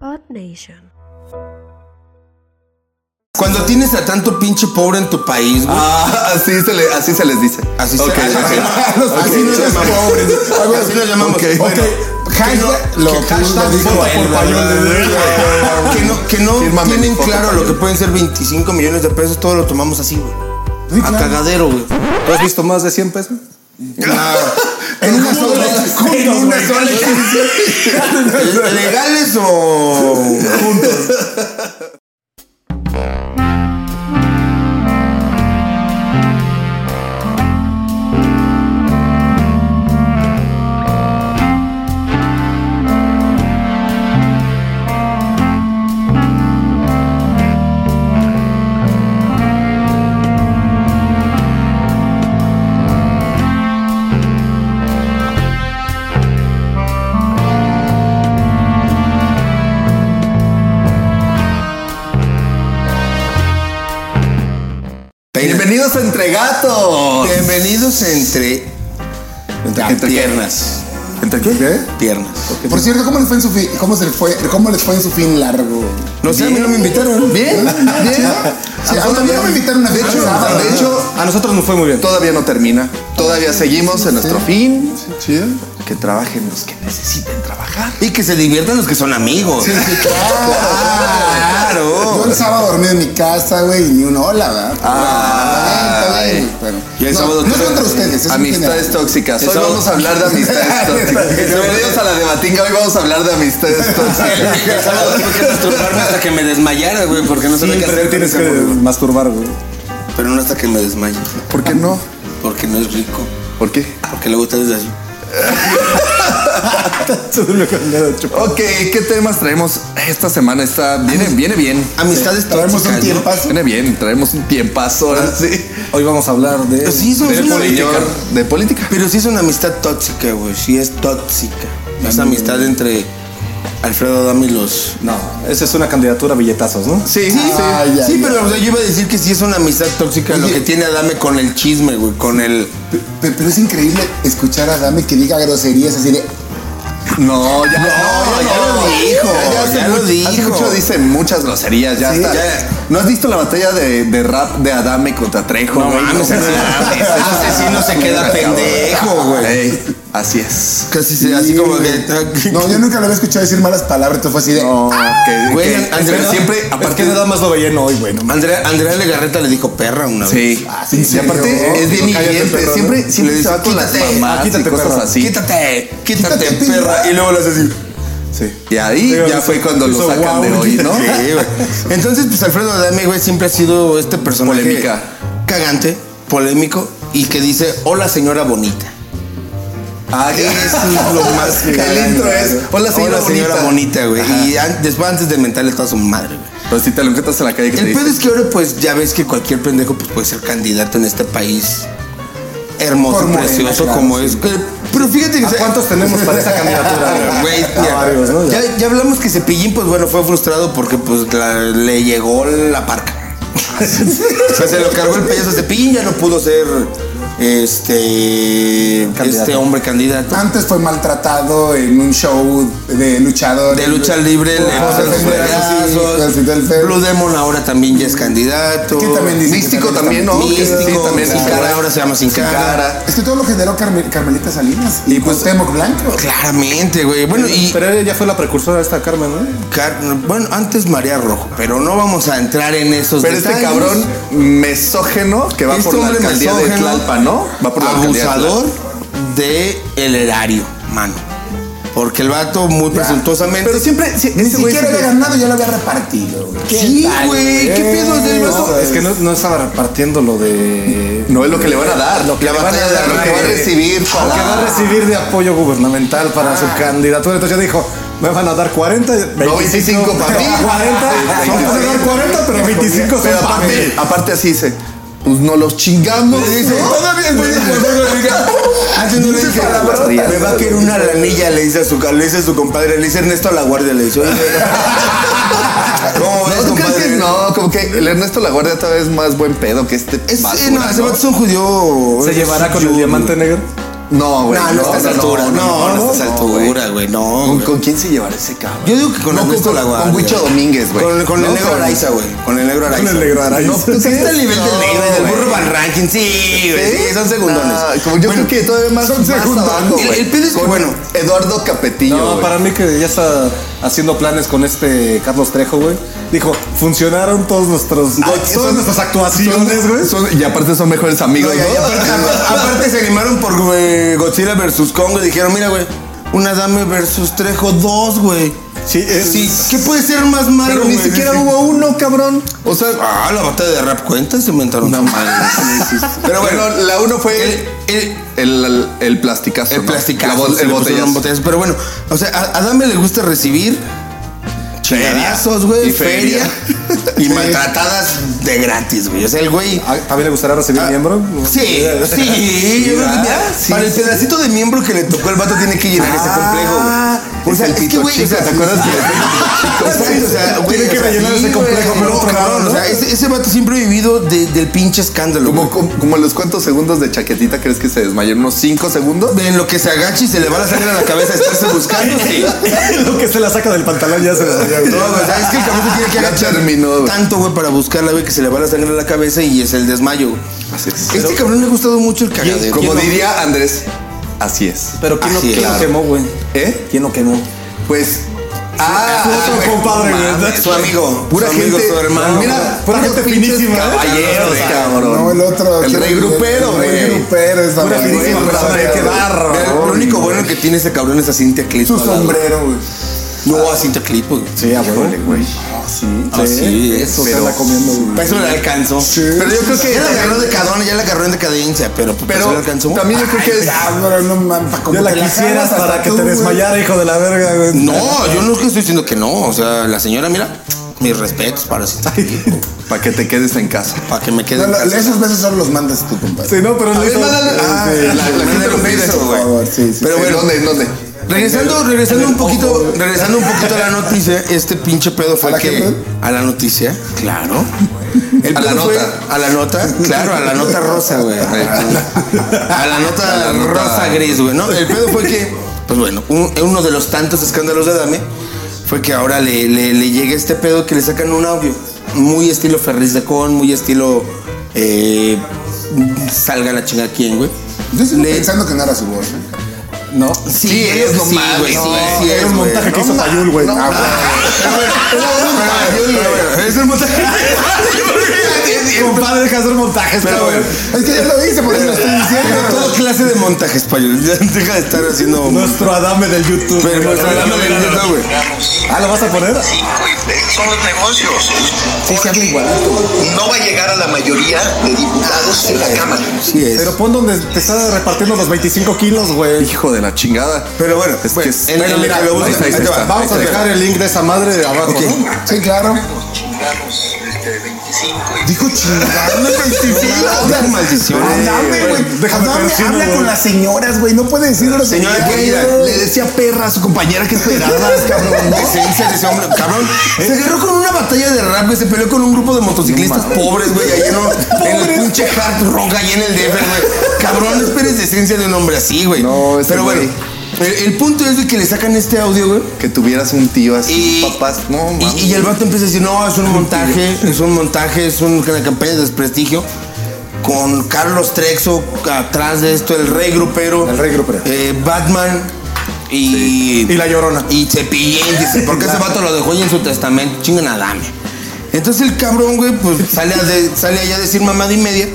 Odd Nation. Cuando tienes a tanto pinche pobre en tu país, güey. Ah, así se, le, así se les dice. Así se- Ok, así- ok. los- así Ok, nos se llamamos. llama- pobres. Algo así nos llamamos. Ok. Bueno, Hashtag- que no- lo que que hashtag dijo vota él, por la Payón verdad. de Dios. Que no, que no Fírmame, tienen vota claro por lo que Payón. pueden ser 25 millones de pesos, todo lo tomamos así, güey. a cagadero, güey. ¿Tú has visto más de 100 pesos? En una sola En una sola ¿Legales o.? Bienvenidos a Entre Gatos. Bienvenidos entre Entre, entre- piernas. ¿Entre qué? Piernas. Por cierto, ¿cómo les fue en su fin, cómo se les fue, cómo les fue en su fin largo? No sé, a mí no me invitaron. Bien, bien. Sí, a mí también me invitaron a De hecho, fiesta. de hecho, A nosotros nos fue muy bien. todavía no termina. Todavía seguimos en nuestro fin. Chido. Que trabajen los que necesiten trabajar. Y que se diviertan los que son amigos. Sí, sí, claro. Yo Claro. el sábado dormí en mi casa, güey, y ni un hola, ¿verdad? Está ¿eh? bien, está bien, pero- Y Ah. el no, sábado no es te- contra ustedes, es en Amistades general. tóxicas. El Hoy sábado- vamos a hablar de amistades tóxicas. Bienvenidos a la debatinga. Hoy vamos a hablar de amistades El tóxicas. sábado tuve que masturbarme hasta que me desmayara, güey, porque no sabía qué hacer. tienes que masturbar, güey. Pero no hasta que me desmaye, ¿Por qué no? porque no es rico, ¿Por qué? porque luego estás así. Ok, ¿qué temas traemos esta semana? Está, viene, viene bien. Amistades Traemos un tóxicas, ¿no? tiempazo. Viene bien, traemos un tiempazo ahora sí. Hoy vamos a hablar de. Sí, eso es De una- política. De política. Pero sí es una amistad tóxica, güey. Sí es tóxica. Esa amistad entre Alfredo Adame y los. No, esa es una candidatura a billetazos, ¿no? Sí, Sí, Ay, sí, ay, sí, ay. pero o sea, yo iba a decir que sí es una amistad tóxica lo Oye. que tiene Adame con el chisme, güey, con el. Pe- pe- Pero, es increíble escuchar a Dame que diga groserías así de. No, ya no, ya lo dijo, hace ya lo mucho- hace dijo. mucho dicen muchas groserías, ya Sí, está. ya. ¿No has visto la batalla de, de rap de Adame contra Trejo? No güey? mames, No ese mames. asesino se queda pendejo, güey. Ey, así es. Casi se, así Sí, como güey. que. No, yo nunca lo había escuchado decir malas palabras, entonces fue así de. "Ah". que, güey, que- Andrea- pero siempre, es aparte que nada más lo veían hoy, güey. No, Andrea, Andrea Legarreta le dijo perra una vez. Sí. Ah, sí, y sí, aparte yo- es bien no, cállate, hiriente. perro, Siempre, siempre Le se va dice, con las "Quítate, mamás ah, y quítate, cosas perro". así. Quítate, quítate, Quítate, perra. perra. Y luego le hace así. sí. Y ahí Pero ya fue cuando lo hizo sacan wow. de hoy, ¿no? Sí, güey. Entonces, pues Alfredo Adame, güey, siempre ha sido este personaje. Polémica. Cagante, polémico y que dice: Hola, señora bonita. Ah, Eso es lo más El cagante, intro güey. es, "Hola, señora bonita". bonita, güey. Ajá. Y an- después, antes de mentarle toda su madre, güey. Pero si te lo encuentras en la calle, ¿qué te El pedo dice? es que ahora, pues, ya ves que cualquier pendejo pues, puede ser candidato en este país hermoso, Por Morena, precioso, claro, como es. Pero fíjate que. ¿A cuántos tenemos para esa candidatura? Güey, A mira, varios, ¿no? ya, ya hablamos que Cepillín, pues bueno, fue frustrado porque pues la- le llegó la parca. o sea, se lo cargó el payaso Cepillín, ya no pudo ser este, Candidato. este hombre candidato. Antes fue maltratado en un show de luchador. De lucha libre, le Por pasaron los defender a sus vergazos. hijos y todo el pedo. Blue Demon ahora también ya es candidato. Que también dice que Místico también también, está ¿no? muy- Místico, Sí, también Sin está Cara, guay. ahora se llama Sin Sin Cara. Cara. Es que todo lo generó Carme- Carmelita Salinas y, pues Temoc Blanco. Claramente, güey. Bueno, y Pero ella fue la precursora de esta Carmen, ¿no? Car- bueno, antes María Rojo, pero no vamos a entrar en esos Pero este detalles. cabrón mesógeno que va Este por la hombre alcaldía de misógino, Tlalpan, ¿no? Va por la alcaldía de abusador de el erario, mano. Porque el vato muy presuntuosamente. Pero siempre, si- Ni ese Este güey siquiera había siempre- ganado, ya lo había repartido. güey. sí, güey, qué pedo es el vato. No, es que no, no estaba repartiendo lo de. no es lo que le van a dar, Lo que la le van batalla a de dar, lo que va a güey. recibir. Ah. Lo que va a recibir de apoyo gubernamental para su candidatura. Entonces ya dijo, me van a dar 40, 25, 25 para mí. 40, Sí, vamos a dar 40, pero 25 son Pero para mí. aparte, aparte así dice, pues no los chingamos. Todavía es muy importante, Antes Ah, no le dije, palabrotas, me va a caer una lanilla, le dice a su, le dice a su compadre, le dice Ernesto a la guardia, le dice. oye, ¿Cómo ves, No, ¿tú crees compadre? que no? Como que el Ernesto La Guardia todavía es más buen pedo que este Es, eh, basura, no, ese ¿no? vato es un judío. ¿Se es llevará con judío. el diamante negro? No, güey. no, no, estás a esa altura. No, no, estás a esa altura, güey. No. ¿Con, güey. con quién se llevará ese cabrón? Yo digo que con No, Ernesto con- La Guardia. Con Huicho Domínguez, güey. Con, el- con el No, negro con- Araiza, güey. Con el negro Araiza. el negro Araiza. No, pues está al nivel del No, negro y del güey. burro para el ranking. Sí, güey. Sí, son segundones. Ah, como yo creo que todavía más, son más segundones. abajo, güey. El- el pedo es que, Con bueno, Eduardo Capetillo. No, güey. para mí que ya está haciendo planes con este Carlos Trejo, güey. Dijo, funcionaron todos nuestros, Ah, todas son- nuestras actuaciones, son- güey. son- Y aparte son mejores No, amigos, y ahí ¿no? aparte, aparte se animaron por güey, Godzilla versus Kong y dijeron, mira, güey, una dame versus Trejo dos, güey. Sí, es- Sí, ¿qué puede ser más malo, Pero ni güey? siquiera hubo uno, cabrón. O sea, Ah, la batalla de rap cuenta se inventaron. No su madre. pero bueno, la uno fue El, el, el, el, el plasticazo. el ¿no? plasticazo, La bol- se el le pusieron botellazo. botellas. Pero bueno, o sea, a, a Dame le gusta recibir chingadazos, güey, Y feria. feria. y maltratadas de gratis, güey. O sea, el güey. Ah, ¿También le gustaría recibir miembro? Sí, sí, yo creo que mira, para el pedacito de miembro que le tocó el vato tiene que llenar Ah, ese complejo, güey. O sea, es que, güey, o sea, ¿te acuerdas que Exacto, o sea, güey, Tiene que o sea, rellenar Ah, sí, ese complejo güey, con no, otro cabrón, cabrón, o sea, ¿no? ese, ese vato siempre ha vivido de- del pinche escándalo, Como, güey. como, como los cuantos segundos de chaquetita crees que se desmayaron unos 5 segundos. En lo que se agacha y se le va la sangre a la cabeza de estarse buscando, sí. Lo que se la saca del pantalón ya se desmayó, güey. No, güey, o sea, es que el cabrón se tiene que Ya agachar terminó, güey. tanto, güey, para buscarla, güey, que se le va la sangre a la cabeza y es el desmayo. güey. Así es. Este cabrón le ha gustado mucho el cagadero. Como ¿Quién no? diría Andrés, así es. Pero ¿quién, lo, Así, quién lo claro. quemó, güey? ¿Eh? ¿Quién lo quemó? Pues. Ah, su otro güey, compadre, no güey, mames, ¿no? Su amigo, Pura su gente. amigo, su hermano. Mira, Pura puros gente pinches finísima, ¿eh? Caballeros, cabrón. No, el otro. El rey grupero, El rey güey. grupero es la Pura madre, finísima güey. persona, Sombrero, qué güey. barro. Mira, Lo único bueno que tiene ese cabrón es a Cintia Clip. Su sombrero, güey. No, a Cintia Clip, güey. Sí, a huevo. Sí. pues, Así es, Ah, Eso se pero- pues, la comiendo, güey. Para eso le alcanzó. Pero yo creo que. Ya la agarró de cadona, ya la agarró en decadencia, pero pues, Pero se la alcanzó. también yo creo que es. Cabrón, Ah, no mames. pa' como Yo la te quisieras jalas hasta para que tú, te güey. desmayara, hijo de la verga, güey. No, yo no es que estoy diciendo que no. O sea, la señora, mira, mis respetos para Cintia Clip, Para que te quedes en casa. para que me quede. No, en no, casa. esos besos solo los mandas tú, compadre. Sí, no, pero no ver, hizo- mándale- ah, Sí. la- la gente lo pide, Por güey. favor, sí, sí. Pero bueno, ¿dónde? ¿Dónde? Regresando, regresando un poquito, regresando un poquito a la noticia, este pinche pedo fue ¿A la que qué, a la noticia, claro. El A la pedo fue- nota. a la nota, claro, a la nota rosa, güey. A la nota, A la nota. rosa gris, güey, ¿no? El pedo fue que, pues bueno, un- uno de los tantos escándalos de Adame fue que ahora le, le- le llega este pedo que le sacan un audio muy estilo Ferris de Con, muy estilo eh, salga la chinga quién, güey. Yo sigo Le- pensando que no era su voz. ¿eh? güey. No. Sí, es, no sí, mames, güey, sí, no, sí es, Era un güey. montaje que hizo Payul, güey. Ah, Es el montaje. Compadre, deja de hacer montajes, Pero cabrón. bueno. Es que ya lo hice, por eso lo estoy diciendo. Pero todo clase de montaje español. Ya Deja de estar haciendo. Nuestro Adame del YouTube. Pero güey. nuestro Adame del YouTube, güey. Ah, ¿lo vas a poner? son los negocios. No va a llegar a la mayoría de diputados en la Cámara. Sí es. Pero pon donde te está repartiendo los 25 kilos, güey. Hijo de la chingada. Pero bueno, Es bueno, que- en- en- Pero mira, en lo ahí buscas, está, ahí ahí te está. va. Vamos a dejar el link de esa madre de abajo, ¿no? Sí, claro. Chingados este, 25 y Dijo Ah, chingando. Maldiciones, maldiciones. Adame, güey. déjame Adame, persino, habla güey. con las señoras, güey. No puede decir groserías, Señora querida, güey. le decía perra a su compañera que Nada, cabrón. ¿no? Decencia de ese hombre, cabrón. Se agarró con una batalla de rap, güey. Se peleó con un grupo de motociclistas pobres, güey. Ahí en, en el pinche hard rock, ahí en el DF, güey. Cabrón, no esperes decencia de un hombre así, güey. No, ese Pero bueno, el, el punto es de que le sacan este audio, güey. Que tuvieras un tío así, Y, papás. No, y- mames. y el vato empieza a decir, no, es un montaje, es un montaje, es un- una campaña de desprestigio. Con Carlos Trexo atrás de esto, el rey grupero. El rey grupero. eh, Batman y, Y la llorona. Y Cepillín, dice, porque ese vato lo dejó ahí en su testamento, chingan a dame. Entonces el cabrón, güey, pues sale, a de- sale allá a decir mamada y media.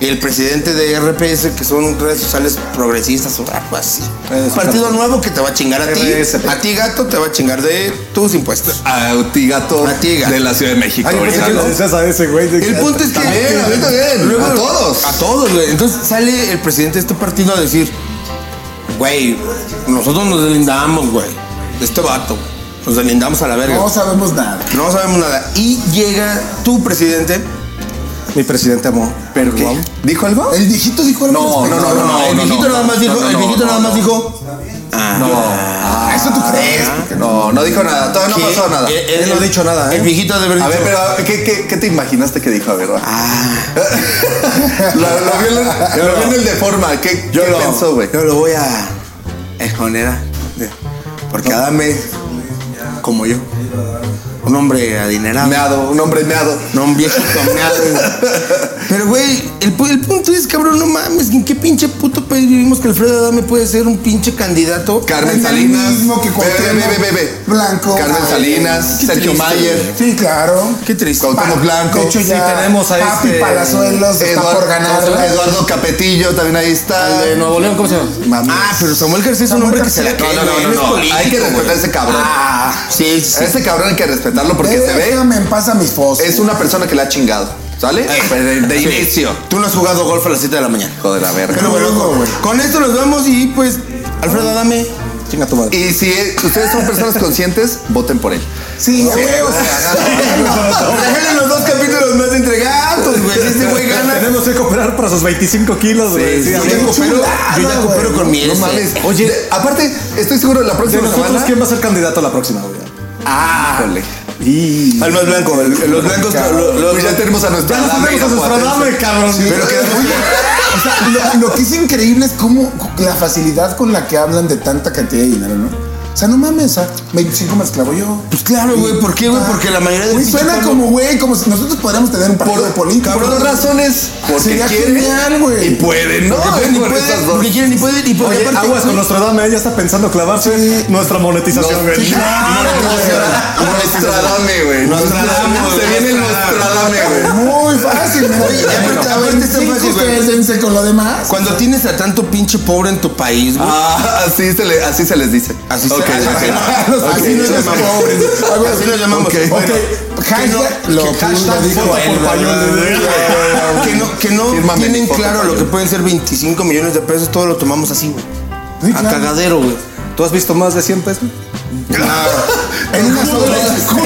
Y el presidente de RPS, que son redes sociales progresistas o algo así. Redes Partido nuevo que te va a chingar a ti. RSP. A ti, gato, te va a chingar de tus impuestos. A ti, gato A ti, gato. de la Ciudad de México. Ay, pues, yo pensé ahorita, que ¿no? le decías a ese, güey. de- El punto es que. También, a mí también, a todos. A todos, güey. Entonces sale el presidente de este partido a decir: Güey, nosotros nos deslindamos, güey. De este vato. güey. Nos deslindamos a la verga. No sabemos nada. No sabemos nada. Y llega tu presidente. Mi presidente amó. ¿Pero qué? ¿Dijo algo? Eh, El viejito dijo algo. No, no, no, no, El no, viejito no, nada más no, dijo. no, El no, viejito no, nada no. más dijo. Ah, Eso tú crees. porque No, no dijo nada. Todavía no pasó nada. Eh, eh, Él no ha dicho nada, ¿eh? El viejito de haber A ver, dicho- pero ¿qué, qué, qué te imaginaste que dijo, a ver? va? lo, lo vio en, el- lo vio en el de forma. ¿Qué, Yo qué lo, pensó, güey? yo lo voy a exonerar. Porque Adame, como yo, un hombre adinerado. Meado, un hombre meado. No, un viejito meado. Pero, güey, el, pu- el punto es, cabrón, no mames, ¿en qué pinche puto país vivimos que Alfredo Adame puede ser un pinche candidato? Carmen es el Salinas. mismo que Ve, ve, Cuauhtémoc ve, ve, ve. Blanco. Carmen Ay, Salinas, qué Sergio triste, Mayer. Sí, claro. Qué triste. Cuauhtémoc Pa- Blanco. De hecho, Sí, ya tenemos a Happy este- Palazuelos está por ganar. Eduardo, Eduardo Capetillo también ahí está. De Nuevo León, ¿cómo se llama? Mames. Ah, pero Samuel García es un hombre que se la No, cree, no, no, güey, no, es no. político, Hay que güey. respetar a ese cabrón. Ah, sí, sí. A ese cabrón hay que respetarlo porque Eh, se ve. Déjame en paz a mis fosas. Es una persona que le ha chingado. ¿Sale? eh, Pero de de Sí. inicio. Tú no has jugado golf a las 7 de la mañana. Joder, la verga. Pero bueno, con, con esto nos vamos y pues, Alfredo Adame, chinga tu madre. Y si e, ustedes son personas conscientes, voten por él. Sí, a huevo. Regálenos dos capítulos más de entre gatos, güey. Si este güey gana, Tenemos que cooperar para sus 25 kilos, güey. yo Sí, ya coopero, yo ya güey. coopero con mi No S. mames. Oye, aparte, estoy seguro la De próxima nosotros, semana. ¿quién va a ser candidato a la próxima, güey? Ah, híjole. Y... Al más blanco, el- los blancos, los, los- Pues ya tenemos a nuestra Ya nos dama ponemos a nuestro irapuatense. Adame, cabrón. Pero O sea, lo, lo que es increíble es cómo la facilidad con la que hablan de tanta cantidad de dinero, ¿no? O sea, no mames, ah, 25 me esclavo yo. Pues claro, güey, ¿por Ah. qué, güey? Porque la mayoría de Güey, suena como, güey, como si nosotros podríamos tener un partido Por, político. por dos razones. Porque Sería quieren genial, güey. y pueden, ¿no? no, pueden, ni Por pueden, esas dos. porque quieren, ni pueden, y porque Oye, aparte- aguas con nuestro Adame, ella está pensando clavarse nuestra monetización, güey. Sí, Claro, Nostra- Nostradame, güey. Nostradame, Se güey. viene el Nostradame, güey. Muy fácil, ¿no? Oye, ya, pero A aparte está 25 fácil, güey. ustedes dense con lo demás. Cuando tienes a tanto pinche pobre en tu país, güey. Ah, así se, le, así se les dice. Así se- Ok, así ok. se- Así Ok, nos ya llamamos. mames. Ah, güey. Así nos llamamos. Ok. Bueno, Ok, hashtag lo que hashtag dijo voto él, por ¿verdad? Payón de Dios. Que no, que no Fírmame, tienen voto claro Payón. lo que pueden ser 25 millones de pesos, todo lo tomamos así, güey. Sí, A claro. cagadero, güey. ¿Tú has visto más de 100 pesos? En una sola.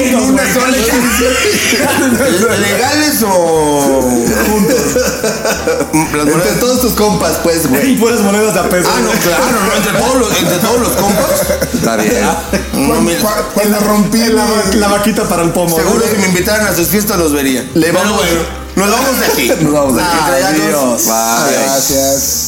En una sola. ¿Legales o juntos? Las Entre monedas- todos tus compas, pues, güey. Y puras monedas de a peso. Ah, no, güey. claro, no, entre todos los, entre todos los compas. Está bien. No, mira, Cu- Cuando rompí La, va- la vaquita para el pomo. seguro güey. si me invitaran a sus fiestas los vería. Le Pero vamos- bueno, nos vamos de aquí. Nos vamos de aquí. Ah, Adiós. Bye. Gracias.